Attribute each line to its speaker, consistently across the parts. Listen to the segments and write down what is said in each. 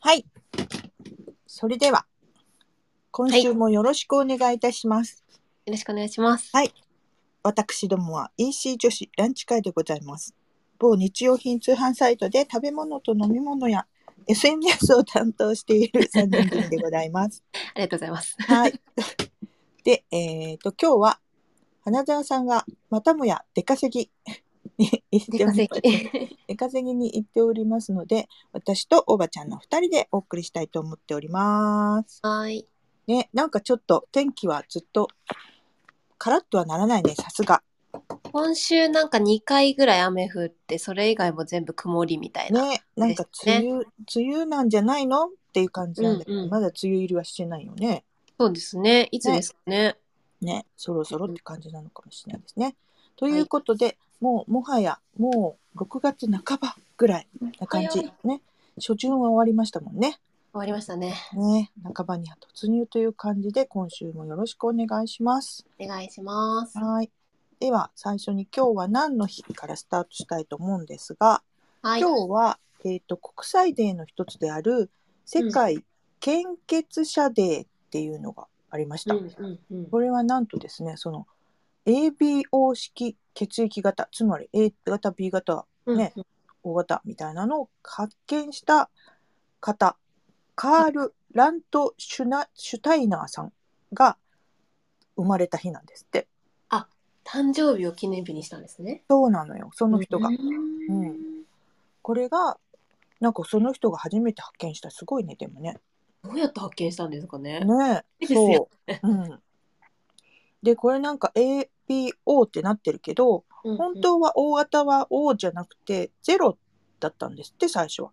Speaker 1: はい。それでは、今週もよろしくお願いいたします。
Speaker 2: よろしくお願いします。
Speaker 1: はい私どもは EC 女子ランチ会でございます。某日用品通販サイトで食べ物と飲み物や SNS を担当している3人組でござい ます。
Speaker 2: ありがとうござ います。
Speaker 1: はい。で、えっ、と、今日は、花澤さんがまたもや出稼ぎに行って
Speaker 2: 出
Speaker 1: おり
Speaker 2: 稼
Speaker 1: ます。
Speaker 2: ぎ。
Speaker 1: 出稼ぎに行っておりますので、私とおばちゃんの2人でお送りしたいと思っております。
Speaker 2: はい。
Speaker 1: ね、なんかちょっと天気はずっとカラッとはならないね、さすが。
Speaker 2: 今週なんか2回ぐらい雨降って、それ以外も全部曇りみたいな。
Speaker 1: ね、なんか梅雨、梅雨なんじゃないのっていう感じなんだけど、
Speaker 2: うんうん
Speaker 1: まだ梅雨入りはしてないよね。
Speaker 2: そうですね。いつですかね。
Speaker 1: ね、そろそろって感じなのかもしれないですね。ということで、もうもはやもう6月半ばぐらいな感じ
Speaker 2: 早い終
Speaker 1: ね。初旬は終わりましたもんね。
Speaker 2: わりましたね。
Speaker 1: ね、半ばには突入という感じで今週もよろしくお願いします。
Speaker 2: お願いします。
Speaker 1: はい。では最初に今日は何の日からスタートしたいと思うんですが、
Speaker 2: はい。
Speaker 1: 今日は、えー、と国際デーの一つである世界献血者デーっていうのがありました。
Speaker 2: うんうんうん。
Speaker 1: これはなんとですねその ABO 式血液型つまり A 型 B 型
Speaker 2: うん
Speaker 1: ね。O 型みたいなのを発見した方カール・ラントシュナ・シュタイナーさんが生まれた日なんですって
Speaker 2: 誕生日を記念日にしたんですね。
Speaker 1: そうなのよそ
Speaker 2: こ
Speaker 1: の人が
Speaker 2: う。
Speaker 1: うんこれがなんかその人が初めて発見したすごいねでもね
Speaker 2: どうやって発見したんですか ね。
Speaker 1: ね
Speaker 2: いいです
Speaker 1: そ
Speaker 2: よ
Speaker 1: う、うん、でこれなんか ABO ってなってるけど
Speaker 2: うん
Speaker 1: 本当は O 型は O じゃなくて0だったんですって最初は。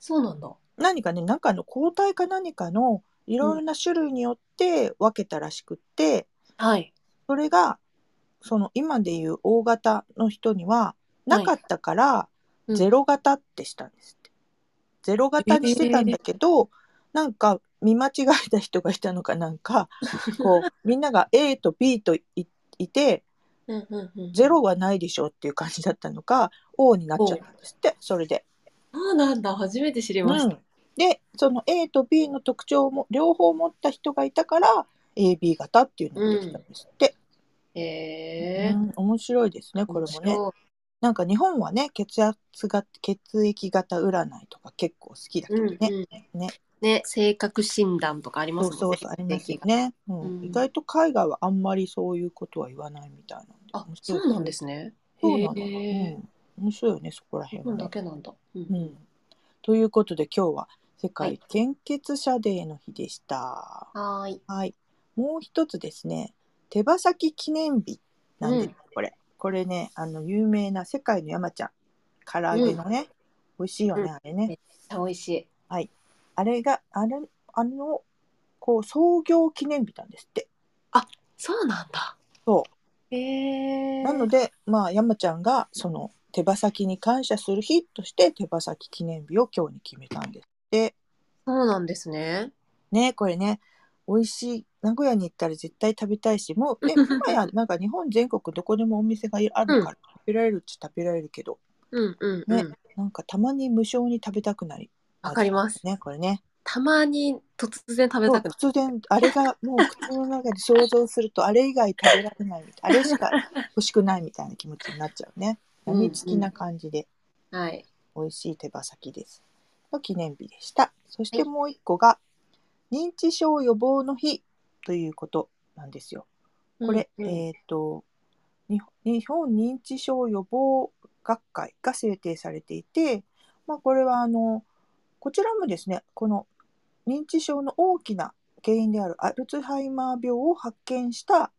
Speaker 2: そうなんだ。
Speaker 1: 何かね何かの抗体か何かのいろいろな種類によって分けたらしくって、
Speaker 2: はい。
Speaker 1: それがその今でいう O 型の人にはなかったから
Speaker 2: うん
Speaker 1: 0型ってしたんですって。ゼロ型にしてたんだけど、なんか見間違えた人がいたのかなん かこうみんなが A と B といいて
Speaker 2: うんうんうん。
Speaker 1: ゼ。ロはないでしょっていう感じだったのか O になっちゃったんですってそれで。
Speaker 2: そうなんだ。初めて知りました。
Speaker 1: でその A と B の特徴も両方持った人がいたから AB 型っていうのができたんですって、
Speaker 2: へ
Speaker 1: う
Speaker 2: え。
Speaker 1: ん面白いですねこれもね
Speaker 2: 面白
Speaker 1: なんか日本はね血圧が血液型占いとか結構好きだけどね、
Speaker 2: うん
Speaker 1: ね
Speaker 2: い。ね、性格診断とかありま
Speaker 1: そ
Speaker 2: す
Speaker 1: う
Speaker 2: もんね。
Speaker 1: そうそうありますよね、うん
Speaker 2: うん
Speaker 1: 意外と海外はあんまりそういうことは言わないみたいなんで
Speaker 2: あ
Speaker 1: 面、白い
Speaker 2: そうなんですね。
Speaker 1: そうなの、
Speaker 2: へえ。
Speaker 1: うん、面白いよねそこら
Speaker 2: 日
Speaker 1: 辺は
Speaker 2: 本
Speaker 1: ね
Speaker 2: だけなんだ。うん
Speaker 1: うん、ということで今日は世
Speaker 2: は
Speaker 1: 界
Speaker 2: い
Speaker 1: 献血者デーの日でした。
Speaker 2: はーい。
Speaker 1: はい。もう一つですね、手羽先記念日なんです、
Speaker 2: うん
Speaker 1: これ。これね、あの、有名な世界の山ちゃん、唐揚げのね、美味しいよね、
Speaker 2: うん
Speaker 1: あれね。
Speaker 2: 美味しい。
Speaker 1: あれが、あれ、あの、こう、創業記念日なんですって。
Speaker 2: そうなんだ。
Speaker 1: そ
Speaker 2: へえ。
Speaker 1: う。なので、まあ、山ちゃんが、その、手羽先に感謝する日として、手羽先記念日を今日に決めたんですって。
Speaker 2: そうなんですね。
Speaker 1: ね、これね、美味しい。名古屋に行ったら絶対食べたいし、もう、ね、今やなんか日本全国どこでもお店があるから食べられるっちゃ食べられるけど、
Speaker 2: うんうんうん。わ、
Speaker 1: ねなんかたまに無償に食べたくなり、
Speaker 2: かります。
Speaker 1: ね、これね。
Speaker 2: たまに突然食べたくなる。
Speaker 1: 突然、あれ がもう口の中で想像すると、あれ以外食べられないみたい、あれしか欲しくないみたいな気持ちになっちゃうね。
Speaker 2: う
Speaker 1: や
Speaker 2: ん
Speaker 1: みつきな感じで
Speaker 2: はい。
Speaker 1: 美味しい手羽先です。の記念日でした。そしてもう一個が、認知症予防の日ということなんですよ。これ、
Speaker 2: うんうん
Speaker 1: えっ、と日本日本認知症予防学会が制定されていて、まあ、これはあのこちらもですねこの認知症の大きな原因であるアルツハイマー病を発見した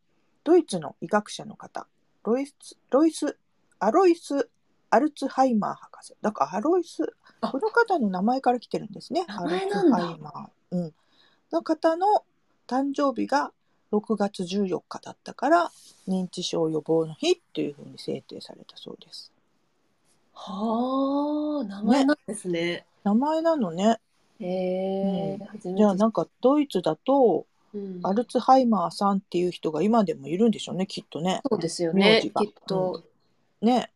Speaker 1: ドイツの医学者の方ロイス・ロイスアロイス・アルツハイマー博士だからアロイス
Speaker 2: あ
Speaker 1: この方の名前から来てるんですね
Speaker 2: 名
Speaker 1: アルツ
Speaker 2: 前なんだ
Speaker 1: ハイマー、うん、の方の誕生日が6月14日だったから認知症予防の日っていうふうに制定されたそうです
Speaker 2: はあ、名前なんですね。
Speaker 1: 名前なのね
Speaker 2: へえ、
Speaker 1: うん
Speaker 2: 初めて
Speaker 1: じゃあなんかドイツだと
Speaker 2: うん
Speaker 1: アルツハイマーさんっていう人が今でもいるんでしょうねきっとね
Speaker 2: そうですよ
Speaker 1: 名
Speaker 2: ね。
Speaker 1: 字
Speaker 2: き
Speaker 1: が
Speaker 2: っと、
Speaker 1: ね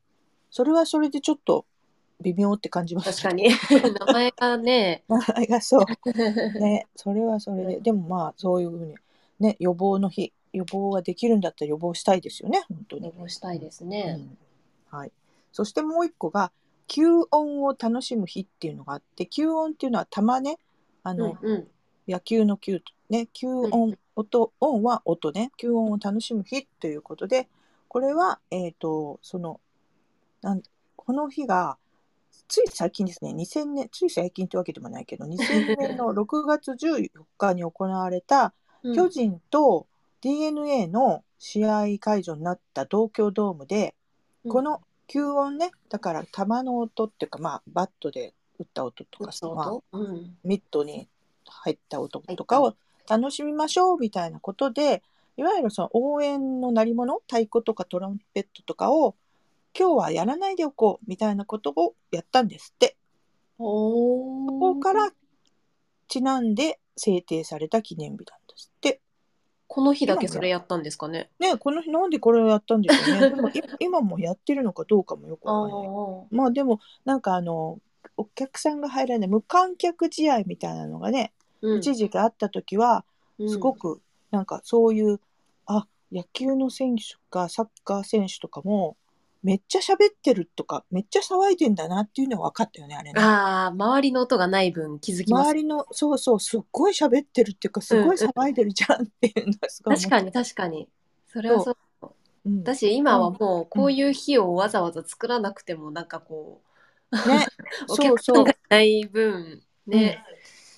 Speaker 1: それはそれでちょっと微妙って感じます
Speaker 2: 確かに。 名前がね、
Speaker 1: 名前 がそうね、それはそれで、でもまあそういうふうに、ね、予防の日、予防ができるんだったら予防したいですよね、本当
Speaker 2: 予
Speaker 1: に。
Speaker 2: 防したいです
Speaker 1: う
Speaker 2: ね。
Speaker 1: んはい、そしてもう一個が、吸音を楽しむ日っていうのがあって、吸音っていうのは玉ね、あ
Speaker 2: う
Speaker 1: の、
Speaker 2: んうん。
Speaker 1: 野球の球と、ね、吸
Speaker 2: う
Speaker 1: 音、音、音は音ね、吸音を楽しむ日ということで、これは、えっ、と、その、なんこの日が、つい最近ですね、2000年、つい最近というわけでもないけど、2000年 の6月14日に行われた、
Speaker 2: うん
Speaker 1: 巨人と DNA の試合会場になった東京ドームで、こ、の吸音ね、だから球の音っていうか、まあ、バットで打った音と
Speaker 2: うん
Speaker 1: か
Speaker 2: 打つ
Speaker 1: まあ、
Speaker 2: 音うん。
Speaker 1: ミッドに入った音とかを楽しみましょうみたいなことでいわゆるその応援の鳴り物太鼓とかトランペットとかを今日はやらないでおこうみたいなことをやったんですって
Speaker 2: お
Speaker 1: ここからちなんで制定された記念日なんですって。
Speaker 2: この日だけそれやったんですかね。
Speaker 1: ねこの日なんでこれをやったんでしょう ね。でもい今もやってるのかどうかもよく
Speaker 2: あ
Speaker 1: わ
Speaker 2: あ
Speaker 1: からない。まあでもなんかあのお客さんが入らない無観客試合みたいなのがね、
Speaker 2: うん
Speaker 1: 一時期あった時はすご
Speaker 2: く。
Speaker 1: くなんかそういうあ野球の選手かサッカー選手とかもめっちゃ喋ってるとかめっちゃ騒いでんだなっていうのは分かったよねあれね。
Speaker 2: ああ、周りの音がない分気づきます
Speaker 1: 周。りのそうそうすっごい喋ってるっていうかすごい騒いでるじゃんっていうのはすごい思っ
Speaker 2: 確かに確かに。それはそう。
Speaker 1: うん
Speaker 2: だし、今はもうこういう日をわざわざ作らなくても、なんかこ
Speaker 1: ね
Speaker 2: う、 お
Speaker 1: そう
Speaker 2: 客さ
Speaker 1: そ
Speaker 2: ん
Speaker 1: う
Speaker 2: がいない分、ね、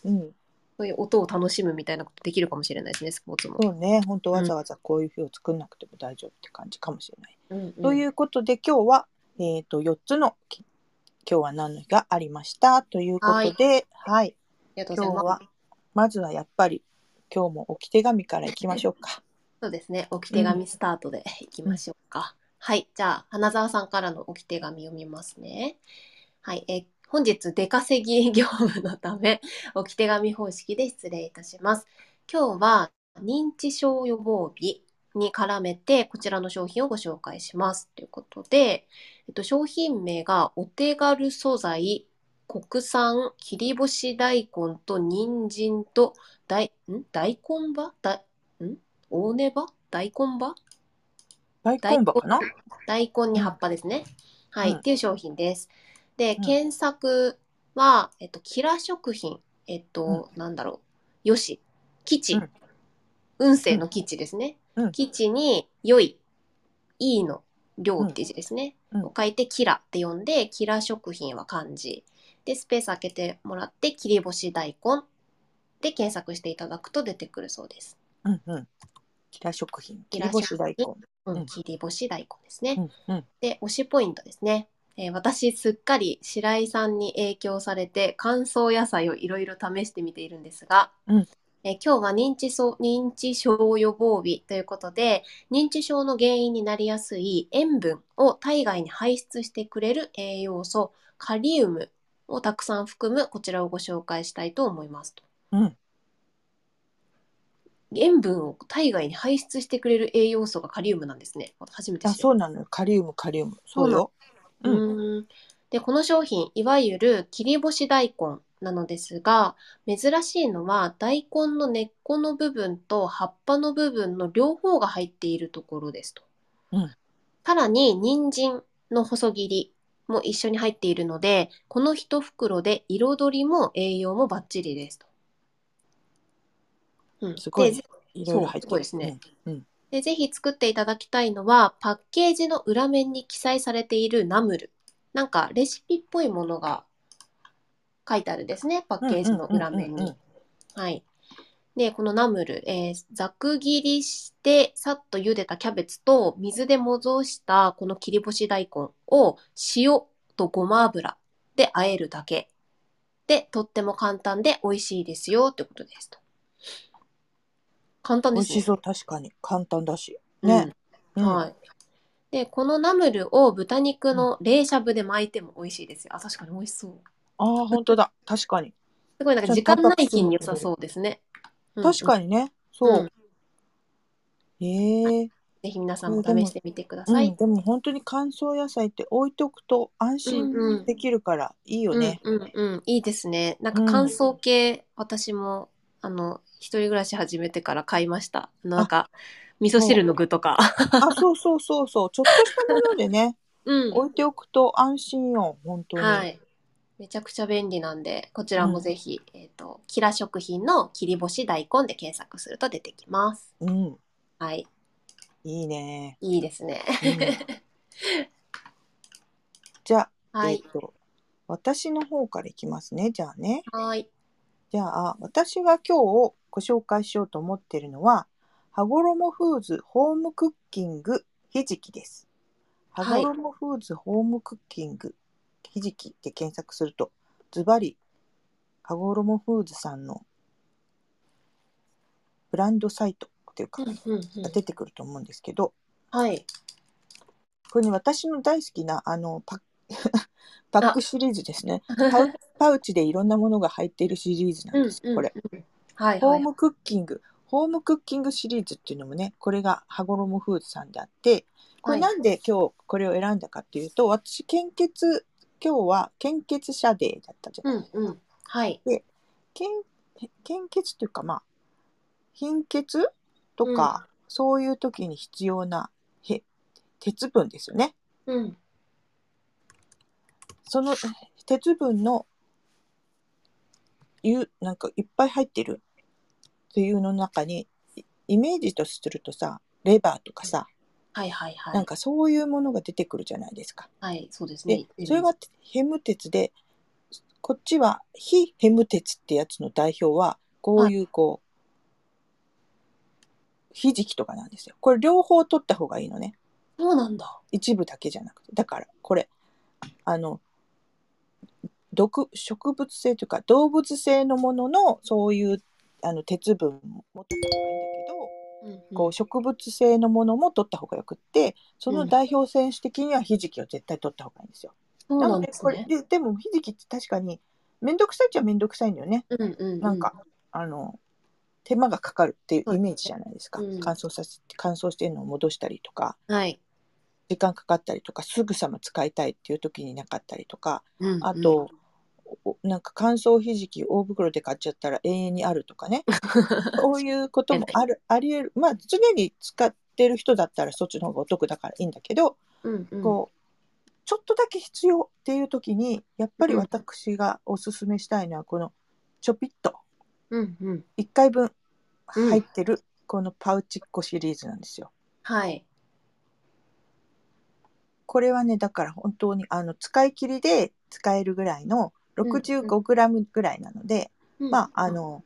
Speaker 1: うん
Speaker 2: そういう音を楽しむみたいなことできるかもしれないですね、スポーツも。
Speaker 1: そうね本当わざわざこういう日を作んなくても大丈夫って感じかもしれない。
Speaker 2: うんうん
Speaker 1: ということで今日は、えー、と4つのき今日は何の日がありましたということではい
Speaker 2: ありがと
Speaker 1: 今日
Speaker 2: うございま
Speaker 1: は
Speaker 2: す。
Speaker 1: まずはやっぱり今日も置き手紙からいきましょうか。
Speaker 2: そうですね、置き手紙スタートでいきましょうか。はい、じゃあ、花澤さんからの置き手紙読みますね。はい、え本日出稼ぎ業務のため 置き手紙方式で失礼いたします。今日は認知症予防日に絡めてこちらの商品をご紹介しますということで、えっと、商品名がお手軽素材国産切り干し大根と人参と大ん大根葉だん大根葉大根葉
Speaker 1: 大根箱かな
Speaker 2: 大根に葉っぱですね。はい、
Speaker 1: うん
Speaker 2: っていう商品です。で、
Speaker 1: うん
Speaker 2: 検索は、えっと、キラ食品、えっと、なんだろう、よし、基地、
Speaker 1: うん
Speaker 2: 運勢の基地ですね。
Speaker 1: うん
Speaker 2: 基地に、良い、いいの、量っていう字ですね。
Speaker 1: うんうん
Speaker 2: を書いて、キラって呼んで、キラ食品は漢字。で、スペース開けてもらって、切り干し大根で検索していただくと出てくるそうです。
Speaker 1: うんうん。キラ食品。切
Speaker 2: キ
Speaker 1: り
Speaker 2: ラ
Speaker 1: 干し
Speaker 2: 食品
Speaker 1: 大根。
Speaker 2: う
Speaker 1: うん
Speaker 2: ん、切り干し大根ですね。
Speaker 1: うんうん。
Speaker 2: で、推しポイントですね。えー私、すっかり白井さんに影響されて、乾燥野菜をいろいろ試してみているんですが、
Speaker 1: うん
Speaker 2: えー今日は認知症認知症予防日ということで、認知症の原因になりやすい塩分を体外に排出してくれる栄養素、カリウムをたくさん含むこちらをご紹介したいと思いますと。
Speaker 1: うん
Speaker 2: 塩分を体外に排出してくれる栄養素がカリウムなんですね。初めて知りま
Speaker 1: あ、
Speaker 2: した
Speaker 1: そうなのよ。カリウム、カリウム。そうよ。う。
Speaker 2: うんーんでこの商品いわゆる切り干し大根なのですが珍しいのは大根の根っこの部分と葉っぱの部分の両方が入っているところですと。
Speaker 1: うん
Speaker 2: さらに人参の細切りも一緒に入っているのでこの一袋で彩りも栄養もバッチリですと。うん、
Speaker 1: すごい
Speaker 2: で
Speaker 1: ね。いろいろ入ってる
Speaker 2: そうすごいですね。
Speaker 1: うんうん
Speaker 2: で、ぜひ作っていただきたいのは、パッケージの裏面に記載されているナムル。なんか、レシピっぽいものが書いてあるですね、パッケージの裏面
Speaker 1: うんうんうん
Speaker 2: に。はい。で、このナムル、えーざく切りして、さっと茹でたキャベツと、水でもぞしたこの切り干し大根を、塩とごま油で和えるだけ。で、とっても簡単で美味しいですよ、ってことですと。簡単
Speaker 1: 美
Speaker 2: で
Speaker 1: 味
Speaker 2: すね
Speaker 1: し。そう、確かに。簡単だし。
Speaker 2: うん
Speaker 1: ね。うん
Speaker 2: はい。で、このナムルを豚肉の冷しゃぶで巻いても美味しいですよ。あ、確かに美味しそう。
Speaker 1: ああ、本当だ。確かに。
Speaker 2: すごいなんか時間ない日に良さそうですね。
Speaker 1: 確
Speaker 2: に。
Speaker 1: かにね。そう。ええ。
Speaker 2: ぜひ皆さんも試してみてくださ
Speaker 1: う
Speaker 2: い
Speaker 1: ん。でも本当に乾燥野菜って置いとくと安
Speaker 2: うんうん
Speaker 1: 心できるからいいよね。
Speaker 2: うんうんうん、いいですね。なんか乾燥系、私もあの一人暮らし始めてから買いました。あのなんか味噌汁の具とか。
Speaker 1: あ、そうそうそうそう。ちょっとしたものでね、
Speaker 2: うん、
Speaker 1: 置いておくと安心よ、本当に。
Speaker 2: はい。めちゃくちゃ便利なんで、こちらもぜひ、えっ、と、キラ食品の切り干し大根で検索すると出てきます。
Speaker 1: うん、
Speaker 2: はい。
Speaker 1: いいね。
Speaker 2: いいですね。
Speaker 1: うんじゃあ、
Speaker 2: は
Speaker 1: えっ
Speaker 2: い。
Speaker 1: と、私の方からいきますね。じゃあね。
Speaker 2: はい。
Speaker 1: じゃあ、私が今日ご紹介しようと思ってるのは、羽衣フーズホームクッキングひじきです。
Speaker 2: はい
Speaker 1: 羽衣フーズホームクッキングひじきで検索すると、ズバリ、羽衣フーズさんのブランドサイトというか、
Speaker 2: うんうんうん
Speaker 1: が出てくると思うんですけど、
Speaker 2: はい。
Speaker 1: これね、私の大好きな、あの、 パッパックシリーズですね。パウパウチでいろんなものが入っているシリーズなんですよ、これ。。
Speaker 2: うんうんはい、
Speaker 1: ホ
Speaker 2: は
Speaker 1: ー
Speaker 2: い。
Speaker 1: ムクッキング、ホームクッキングシリーズっていうのもね、これが羽衣フーズさんであって、これ
Speaker 2: はい
Speaker 1: なんで今日これを選んだかっていうと、私献血、今日は献血者デーだったじゃ。
Speaker 2: うんんうん。はい。
Speaker 1: 献献血というかまあ、貧血とか、そういう時に必要なへ鉄分ですよね。
Speaker 2: うん。
Speaker 1: その鉄分のゆなんかいっぱい入ってるっていうの中にいイメージとするとさレバーとかさ
Speaker 2: はいはいは
Speaker 1: ないん。かそういうものが出てくるじゃないですか。
Speaker 2: はい、そうです
Speaker 1: で
Speaker 2: ね。
Speaker 1: それがヘム鉄でこっちは非ヘム鉄ってやつの代表はこういうこうひじきとかなんですよ。これ両方取った方がいいのね。
Speaker 2: そうなんだ。
Speaker 1: 一部だけじゃなくてだからこれあの毒植物性というか動物性のもののそういうあの鉄分も取った方がいいんだけど、
Speaker 2: うんうん
Speaker 1: こう植物性のものも取った方がよくってその代表選手的にはひじきを絶対取った方がいいんですよ。
Speaker 2: そう
Speaker 1: な
Speaker 2: な
Speaker 1: の
Speaker 2: ん
Speaker 1: で
Speaker 2: です
Speaker 1: これ
Speaker 2: ね。
Speaker 1: ででもひじきって確かに面倒くさいっちゃ面倒くさいんだよね。
Speaker 2: うんうんう
Speaker 1: なんか、あの手間がかかるっていうイメージじゃないですか、
Speaker 2: うん
Speaker 1: 乾燥させて乾燥してるのを戻したりとか、
Speaker 2: はい。
Speaker 1: 時間かかったりとかすぐさま使いたいっていう時になかったりとか
Speaker 2: うんうん
Speaker 1: あと、おなんか乾燥ひじき大袋で買っちゃったら永遠にあるとか ねそういうこともあるありえるまあ常に使ってる人だったらそっちの方がお得だからいいんだけど、
Speaker 2: うんうん
Speaker 1: こうちょっとだけ必要っていう時にやっぱり私がおすすめしたいのはこのちょぴっと
Speaker 2: うんうん。
Speaker 1: 1回分
Speaker 2: うん
Speaker 1: 入ってるこのパウチっ子シリーズなんですよ。
Speaker 2: はい。
Speaker 1: これはねだから本当にあの使い切りで使えるぐらいの 65g ぐらいなので、まああの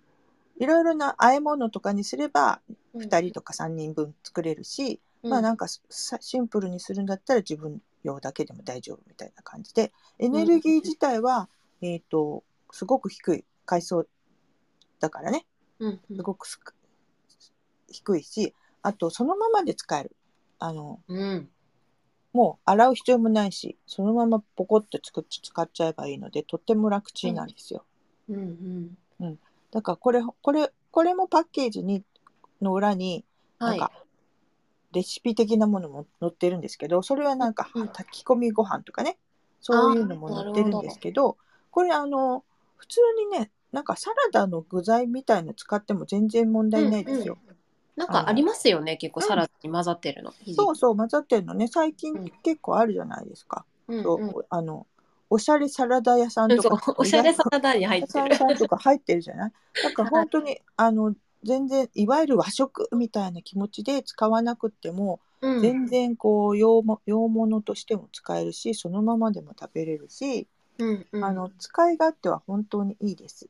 Speaker 1: いろいろな和え物とかにすれば
Speaker 2: うん、
Speaker 1: 2人とか3人分作れるし、まあなんかさシンプルにするんだったら自分用だけでも大丈夫みたいな感じでエネルギー自体は、えっ、とすごく低い海藻だからね
Speaker 2: うん、
Speaker 1: すごくすく低いしあとそのままで使えるあの
Speaker 2: うん、
Speaker 1: もう洗う必要もないしそのままポコッと作っ使っちゃえばいいのでとっても楽ちんなんですよ、
Speaker 2: うん、うん、
Speaker 1: だからこれこれこれもパッケージにの裏にな
Speaker 2: は
Speaker 1: ん
Speaker 2: い
Speaker 1: か、レシピ的なものも載ってるんですけどそれはなんか
Speaker 2: うん
Speaker 1: 炊き込みご飯とかねそういうのも載ってるんですけどこれあの普通にねなんかサラダの具材みたいの使っても全然問題ないですよ。
Speaker 2: うんうんなんかありますよね、結構
Speaker 1: うん
Speaker 2: サラダに混ざってるの。ひじき
Speaker 1: そうそう混ざってるのね最近
Speaker 2: うん
Speaker 1: 結構あるじゃないですか。
Speaker 2: うん
Speaker 1: そう
Speaker 2: うん
Speaker 1: あのおしゃれサラダ屋さんと
Speaker 2: そう
Speaker 1: か、
Speaker 2: おしゃれサラダに入って
Speaker 1: サ
Speaker 2: る
Speaker 1: ラ。ダ屋さんとか入ってるじゃないだから本当にあの全然いわゆる和食みたいな気持ちで使わなくっても
Speaker 2: うん
Speaker 1: 全然こう洋も洋物としても使えるしそのままでも食べれるし
Speaker 2: うんうん
Speaker 1: あの使い勝手は本当にいいです。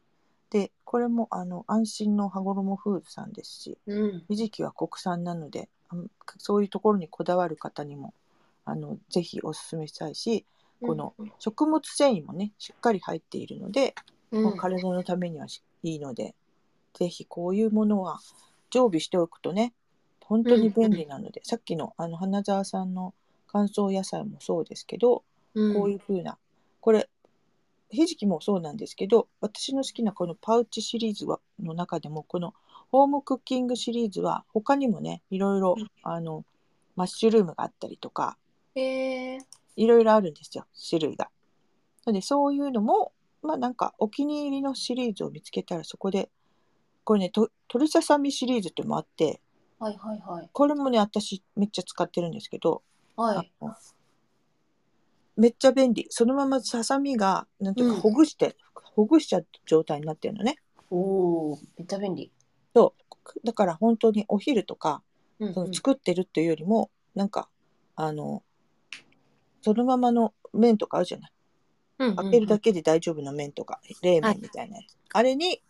Speaker 1: でこれもあの安心の羽衣フーズさんですし
Speaker 2: うん、
Speaker 1: ひじきは国産なのであのそういうところにこだわる方にもあのぜひおすすめしたいしこの食物繊維もねしっかり入っているので、
Speaker 2: うん、
Speaker 1: まあ体のためにはしいいのでぜひこういうものは常備しておくとね本当に便利なので、さっきのあの花澤さんの乾燥野菜もそうですけど、
Speaker 2: うん
Speaker 1: こういう風なこれひじきもそうなんですけど私の好きなこのパウチシリーズはの中でもこのホームクッキングシリーズは他にもねいろいろあのマッシュルームがあったりとか
Speaker 2: えー、
Speaker 1: いろいろあるんですよ種類が。なのでそういうのもまあなんかお気に入りのシリーズを見つけたらそこでこれねとトルササミシリーズっていうのもあって
Speaker 2: はいはいはい。
Speaker 1: これもね私めっちゃ使ってるんですけど、
Speaker 2: はい。
Speaker 1: あのめっちゃ便利そのままささみがなんていうか
Speaker 2: うん
Speaker 1: ほぐして、ほぐしちゃう状態になってるのね
Speaker 2: おお、めっちゃ便利。
Speaker 1: そうだから本当にお昼とか
Speaker 2: うん
Speaker 1: その作ってるっていうよりも、なんかあのそのままの麺とかあるじゃない
Speaker 2: うん
Speaker 1: 開けるだけで大丈夫な麺とか、冷麺みたいなやつ、あれに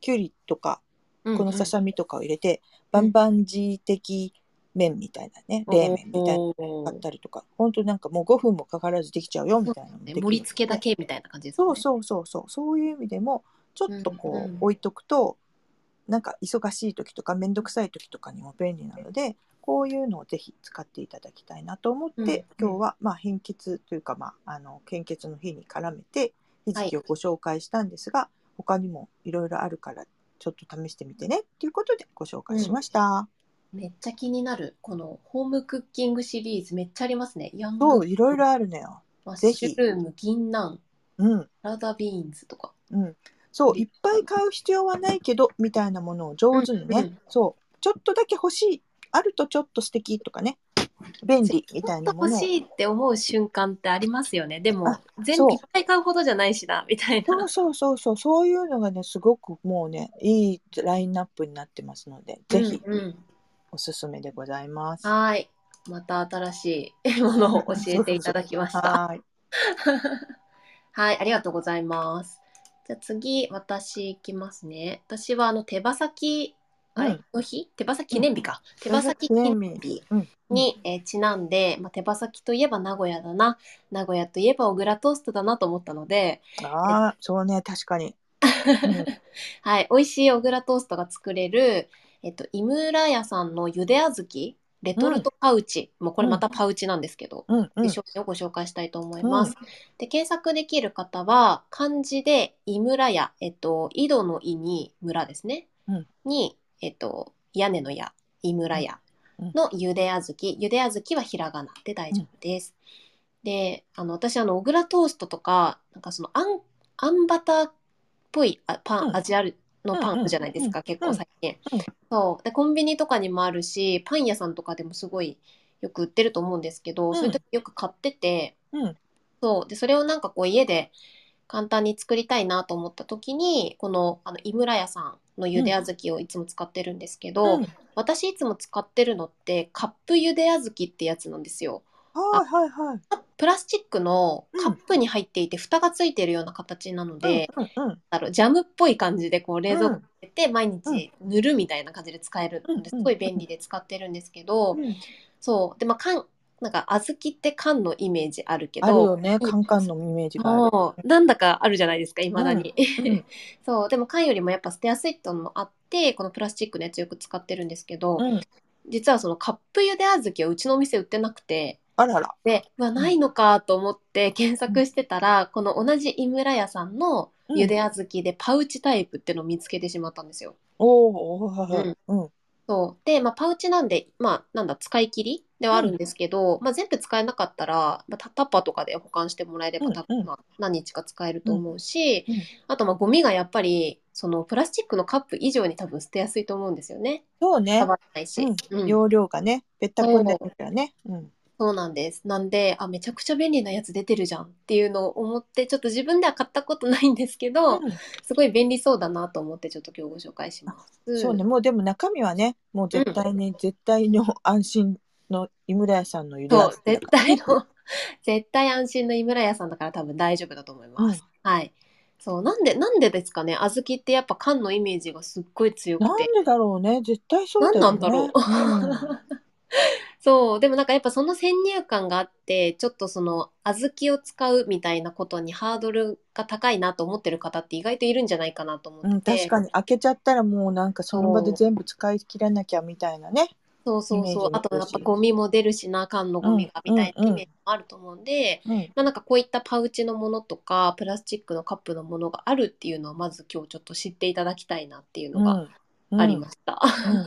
Speaker 1: きゅうりとかこのささみとかを入れて、
Speaker 2: うんうん
Speaker 1: バンバンジー的麺みたいなね冷麺みたいなの
Speaker 2: な
Speaker 1: 買ったりとか本当なんかもう5分もかからずできちゃうよみたいなのもできる
Speaker 2: 盛り付けだけみたいな感じですかね。
Speaker 1: そうそうそうそうそういう意味でもちょっと
Speaker 2: うん
Speaker 1: こ
Speaker 2: うん
Speaker 1: う置いとくと、なんか忙しい時とか面倒くさい時とかにも便利なのでこういうのをぜひ使っていただきたいなと思って、
Speaker 2: うんうん
Speaker 1: 今日はまあ貧血というか、まあ、あの献血の日に絡めてひじきをご紹介したんですが、他にもいろいろあるからちょっと試してみてねっていうことでご紹介しました。
Speaker 2: めっちゃ気になる。このホームクッキングシリーズめっちゃありますね。ヤング
Speaker 1: そういろいろあるのよ。
Speaker 2: マッ
Speaker 1: ぜ
Speaker 2: シ
Speaker 1: ひ
Speaker 2: ュルーム、銀杏、
Speaker 1: うん
Speaker 2: サラダビーンズとか。
Speaker 1: うん、そういっぱい買う必要はないけどみたいなものを上手にね、
Speaker 2: うんうん
Speaker 1: そうちょっとだけ欲しいあるとちょっと素敵とかね便利みたい
Speaker 2: ちょ
Speaker 1: な
Speaker 2: っと
Speaker 1: も
Speaker 2: 欲
Speaker 1: のを
Speaker 2: しいって思う瞬間ってありますよね。でも
Speaker 1: あ、
Speaker 2: 全
Speaker 1: そう
Speaker 2: 部いっぱい買うほどじゃないしな、みたい
Speaker 1: そ
Speaker 2: な
Speaker 1: う。そうそうそうそういうのがねすごくもうねいいラインナップになってますのでぜひ
Speaker 2: うんうん
Speaker 1: おすすめでございます。
Speaker 2: はい。また新しいものを教えていただきました。
Speaker 1: はい
Speaker 2: はい、ありがとうございます。じゃあ次、私行きますね。私はあの手羽先、あれ
Speaker 1: うん
Speaker 2: の日手羽先記念日か。手
Speaker 1: 手
Speaker 2: 羽
Speaker 1: 羽
Speaker 2: 先
Speaker 1: 先
Speaker 2: 記
Speaker 1: 記
Speaker 2: 念
Speaker 1: 念
Speaker 2: 日
Speaker 1: 日うん
Speaker 2: に、えーちなんで、まあ、手羽先といえば名古屋だな。名古屋といえば小倉トーストだなと思ったので、
Speaker 1: ああそうね確か に。
Speaker 2: はい、美味しい小倉トーストが作れる、えっと、井村屋さんのゆで小豆、レトルトパウチ。もうこれまたパウチなんですけど、
Speaker 1: うんう
Speaker 2: というん商品をご紹介したいと思います。で検索できる方は漢字で「井村屋」えっと井戸の井に村ですね、
Speaker 1: うん
Speaker 2: に、えっと、屋根の屋井村屋
Speaker 1: うん
Speaker 2: のゆであずきゆであずきはひらがなで大丈夫です。であの私あの小倉トーストとかなんかそのあんあんバターっぽいあパン、
Speaker 1: うん
Speaker 2: 味あるのパ
Speaker 1: うんう
Speaker 2: ン
Speaker 1: ん
Speaker 2: じゃないですか、結構最近、
Speaker 1: うん
Speaker 2: そうでコンビニとかにもあるしパン屋さんとかでもすごいよく売ってると思うんですけど、
Speaker 1: ん
Speaker 2: そういう時よく買ってて、
Speaker 1: うん
Speaker 2: そうでそれをなんかこう家で簡単に作りたいなと思った時にこのあの井村屋さんのゆで小豆をいつも使ってるんですけど、
Speaker 1: うん
Speaker 2: 私いつも使ってるのってカップゆで小豆ってやつなんですよ。
Speaker 1: はいはいはい。
Speaker 2: プラスチックの
Speaker 1: うん
Speaker 2: カップに入っていて蓋がついてるような形なので、
Speaker 1: うんうんうん
Speaker 2: だろうジャムっぽい感じでこう冷蔵庫
Speaker 1: う
Speaker 2: に
Speaker 1: ん
Speaker 2: 入れて毎日塗るみたいな感じで使えるの
Speaker 1: う
Speaker 2: です
Speaker 1: ん
Speaker 2: ごい便利で使ってるんですけど、
Speaker 1: うん
Speaker 2: そうでまあ缶なんか小豆って缶のイメージあるけど
Speaker 1: あるよねカンカンのイメージがある。
Speaker 2: もうなんだかあるじゃないですかいまだに、
Speaker 1: うん
Speaker 2: そうでも缶よりもやっぱ捨てやすいってのもあってこのプラスチックのやつよく使ってるんですけど、
Speaker 1: うん
Speaker 2: 実はそのカップゆで小豆をうちのお店売ってなくて
Speaker 1: あらら。
Speaker 2: でうわないのかと思って検索してたら、この同じ井村屋さんのゆで小豆でパウチタイプってのを見つけてしまったんですよ。
Speaker 1: おおーはいはい。うん
Speaker 2: そうで、まあ、パウチなんで、まあ、なんだ使い切りではあるんですけど、まあ、全部使えなかったら、まあ、タタッパーとかで保管してもらえれば、
Speaker 1: うん
Speaker 2: 多
Speaker 1: う
Speaker 2: 分
Speaker 1: ん
Speaker 2: まあ、何日か使えると思うし、
Speaker 1: うんうん
Speaker 2: あとまあゴミがやっぱりそのプラスチックのカップ以上に多分捨てやすいと思うんですよね。
Speaker 1: そうね
Speaker 2: 触。らないし、
Speaker 1: う、
Speaker 2: うんん
Speaker 1: 容量がね、べったこになるからね。うん。
Speaker 2: そうなんです。なんであめちゃくちゃ便利なやつ出てるじゃんっていうのを思ってちょっと自分では買ったことないんですけど、すごい便利そうだなと思ってちょっと今日ご紹介します。
Speaker 1: そうね、もうでも中身はね、もう絶対に、絶対の安心の井村屋さんのゆで
Speaker 2: そう、
Speaker 1: だ
Speaker 2: 絶
Speaker 1: から
Speaker 2: 対の、 絶対安心の井村屋さんだから多分大丈夫だと思います。はい。そう、なんで、なんでですかね、小豆ってやっぱ缶のイメージがすっごい強
Speaker 1: なん
Speaker 2: くて。
Speaker 1: でだろうね、絶対そうだよね。
Speaker 2: なんなんだろうそう、でもなんかやっぱその先入観があって、ちょっとその小豆を使うみたいなことにハードルが高いなと思ってる方って意外といるんじゃないかなと思って
Speaker 1: うん、 うん、
Speaker 2: て。
Speaker 1: 確かに開けちゃったらもうなんかその場で全部使い切らなきゃみたいなね。
Speaker 2: そうそう
Speaker 1: イメージ
Speaker 2: そう。あ
Speaker 1: も
Speaker 2: と
Speaker 1: あ
Speaker 2: や
Speaker 1: る
Speaker 2: っ
Speaker 1: し
Speaker 2: ぱゴミも出るしな、缶のゴミがみたいなイメージもあると思うんで、
Speaker 1: うん、
Speaker 2: まあ、なんかこういったパウチのものとかプラスチックのカップのものがあるっていうのをまず今日ちょっと知っていただきたいなっていうのが
Speaker 1: うん。
Speaker 2: ありますした。
Speaker 1: うん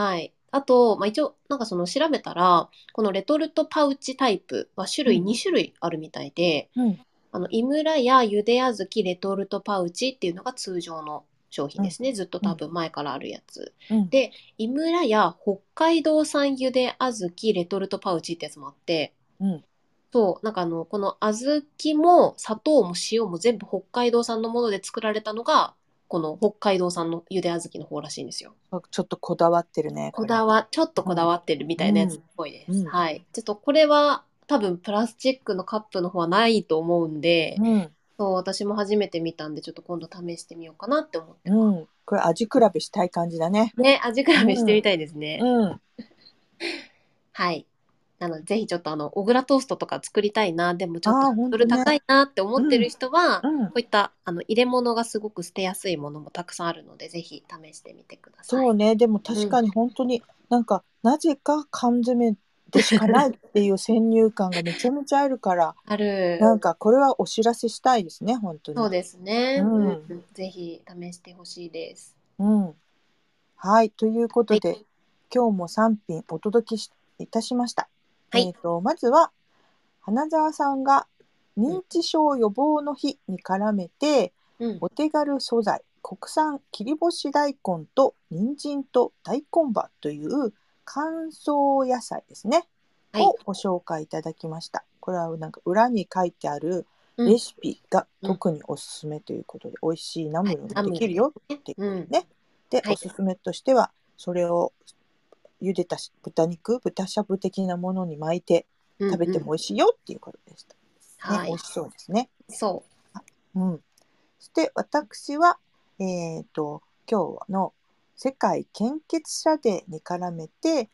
Speaker 2: はい。あと、まあ、一応、なんかその調べたら、このレトルトパウチタイプは種類
Speaker 1: うん
Speaker 2: 2種類あるみたいで、
Speaker 1: うん
Speaker 2: あの、井村やゆであずきレトルトパウチっていうのが通常の商品ですね。ずっと多分前からあるやつ。
Speaker 1: うん
Speaker 2: で井村や北海道産ゆであずきレトルトパウチってやつもあって、
Speaker 1: うん
Speaker 2: そう、なんかあの、この小豆も砂糖も塩も全部北海道産のもので作られたのが、この北海道産のゆで小豆の方らしいんですよ。
Speaker 1: ちょっとこだわってるね。
Speaker 2: こだ
Speaker 1: わ
Speaker 2: わ、ちょっとこだわってるみたいなやつっぽいです。
Speaker 1: うんうん
Speaker 2: はい。ちょっとこれは多分プラスチックのカップの方はないと思うんで、
Speaker 1: うん。
Speaker 2: そう、私も初めて見たんで、ちょっと今度試してみようかなって思って
Speaker 1: う
Speaker 2: ま
Speaker 1: ん。これ味比べしたい感じだね。
Speaker 2: す。ね、味比べしてみたいですね。
Speaker 1: うん。
Speaker 2: はい。なので、ぜひちょっとあの、小倉トーストとか作りたいな、でもちょ
Speaker 1: あー
Speaker 2: っ
Speaker 1: ほ
Speaker 2: と
Speaker 1: んと
Speaker 2: そ
Speaker 1: ね
Speaker 2: れ高いなって思ってる人は、こ
Speaker 1: うん。
Speaker 2: ういったあの入れ物がすごく捨てやすいものもたくさんあるので、ぜひ試してみてください。
Speaker 1: そうね。でも確かに本当になんか、なぜか缶詰でしかないっていう先入観がめちゃめちゃあるから、
Speaker 2: ある。
Speaker 1: なんかこれはお知らせしたいですね、本当に。
Speaker 2: そうですね。
Speaker 1: うん
Speaker 2: うんぜひ試してほしいです。
Speaker 1: うん。はい。ということで、
Speaker 2: はい
Speaker 1: 今日も3品お届けしいたしました。
Speaker 2: はい
Speaker 1: えっ、と、まずは、花澤さんが認知症予防の日に絡めて、
Speaker 2: うん。
Speaker 1: お手軽素材、国産切り干し大根と人参と大根葉という乾燥野菜ですね。
Speaker 2: はい
Speaker 1: をご紹介いただきました。これはなんか裏に書いてある
Speaker 2: うん
Speaker 1: レシピが特におすすめということで、美味しいナムル
Speaker 2: は
Speaker 1: が
Speaker 2: い
Speaker 1: できるよって
Speaker 2: うん。
Speaker 1: ねで、
Speaker 2: はい
Speaker 1: おすすめとしてはそれを茹でたし豚肉豚しゃぶ的なものに巻いて食べても美味しいよっていうことでした、
Speaker 2: うんうんは
Speaker 1: ね、
Speaker 2: い
Speaker 1: 美味しそうですね。
Speaker 2: そ
Speaker 1: うん、そして私はえー、と今日の世界献血者デーに絡めて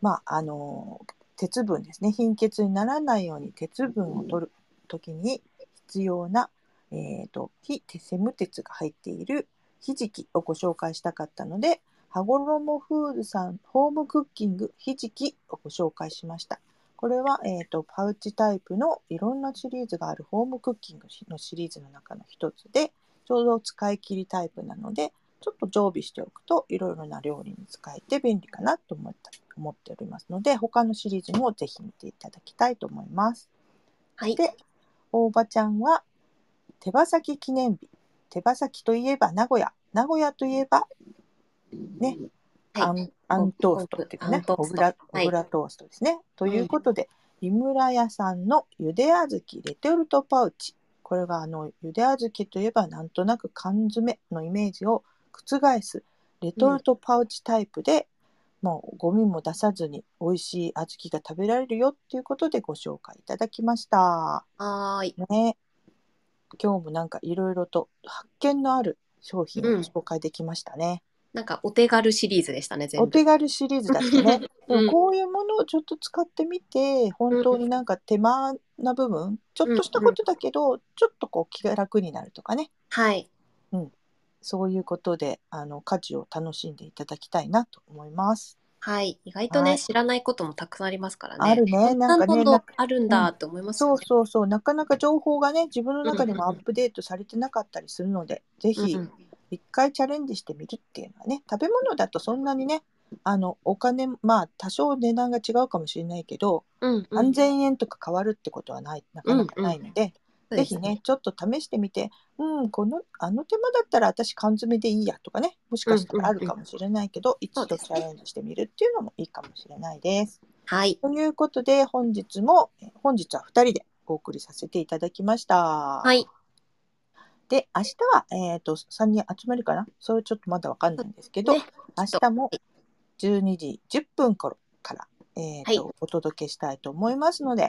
Speaker 1: まああの鉄分ですね貧血にならないように鉄分を取る時に必要な、えー、と非セム鉄が入っているひじきをご紹介したかったので羽衣フーズさんホームクッキングひじきをご紹介しました。これは、えー、とパウチタイプのいろんなシリーズがあるホームクッキングのシリーズの中の一つでちょうど使い切りタイプなのでちょっと常備しておくといろいろな料理に使えて便利かなと思った思っておりますので他のシリーズもぜひ見ていただきたいと思います。
Speaker 2: う。はい。
Speaker 1: で大場ちゃんは手羽先記念日手羽先といえば名古屋名古屋といえばね
Speaker 2: はい
Speaker 1: アンアントーストっていうか
Speaker 2: アン
Speaker 1: ね
Speaker 2: トー
Speaker 1: 小
Speaker 2: スト
Speaker 1: 倉小
Speaker 2: はい
Speaker 1: 倉トーストですね。ということで、井村屋さんのゆであずきレトルトパウチこれがあのゆであずきといえばなんとなく缶詰のイメージを覆すレトルトパウチタイプで、もうゴミも出さずに美味しい小豆が食べられるよっていうことでご紹介いただきました。
Speaker 2: はーい。
Speaker 1: ね、今日もなんかいろいろと発見のある商品を紹介できましたね。
Speaker 2: なんかお手軽シリーズでしたね、全
Speaker 1: お
Speaker 2: 部。
Speaker 1: 手軽シリーズだったね。で
Speaker 2: うん
Speaker 1: もこういうものをちょっと使ってみて、本当になんか手間な部分、ちょっとしたことだけど、ちょっとこう気が楽になるとかね、
Speaker 2: はい。
Speaker 1: そういうことで、あの、家事を楽しんでいただきたいなと思います。
Speaker 2: はい。意外と
Speaker 1: は
Speaker 2: ね、
Speaker 1: い
Speaker 2: 知らないこともたくさんありますからね。
Speaker 1: あるね、
Speaker 2: こん
Speaker 1: な
Speaker 2: な
Speaker 1: か
Speaker 2: ん
Speaker 1: ね、
Speaker 2: も
Speaker 1: な
Speaker 2: のあるんだって思います
Speaker 1: そ
Speaker 2: よ
Speaker 1: う
Speaker 2: ね。
Speaker 1: そうそう、なかなか情報がね、自分の中でもアップデートされてなかったりするので、ぜひ、
Speaker 2: うん
Speaker 1: 一回チャレンジしてみるっていうのはね食べ物だとそんなにねあのお金まあ多少値段が違うかもしれないけど、
Speaker 2: うんうん
Speaker 1: 何千円とか変わるってことはないなかなかないので、
Speaker 2: そう
Speaker 1: ぜ
Speaker 2: です
Speaker 1: ひねちょっと試してみてうんこのあの手間だったら私缶詰でいいやとかねもしかしたらあるかもしれないけど、
Speaker 2: うんうん
Speaker 1: 一度チャレンジしてみるっていうのもいいかもしれないです。
Speaker 2: はい。
Speaker 1: ということで本日もえ本日は2人でお送りさせていただきました。は
Speaker 2: はい。
Speaker 1: で、明日は、えっ、と、3人集まるかなそれちょっとまだわかんないんですけど、
Speaker 2: ね
Speaker 1: 明日も12時10分頃から、えっ、と、
Speaker 2: は
Speaker 1: お届けしたいと思いますので、よ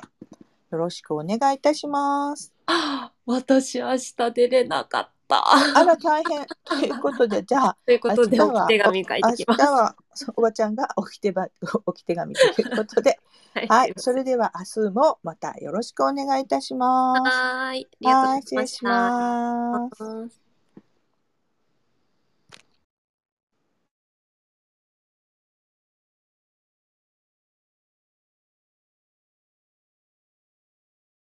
Speaker 1: ろしくお願いいたします。
Speaker 2: あ私、明日出れなかった。
Speaker 1: あら、大変。ということで、じゃあ、
Speaker 2: ということで、
Speaker 1: 明日
Speaker 2: お
Speaker 1: は
Speaker 2: き手紙書い
Speaker 1: 明
Speaker 2: て
Speaker 1: 日
Speaker 2: きます。
Speaker 1: は、そうおばちゃんが置き手ば 置き手紙ということ で、はい、それでは明日もまたよろしくお願いいたします。
Speaker 2: はーい。ありがとう
Speaker 1: はい、
Speaker 2: ござい
Speaker 1: 失礼し
Speaker 2: ま
Speaker 1: ます。
Speaker 2: した。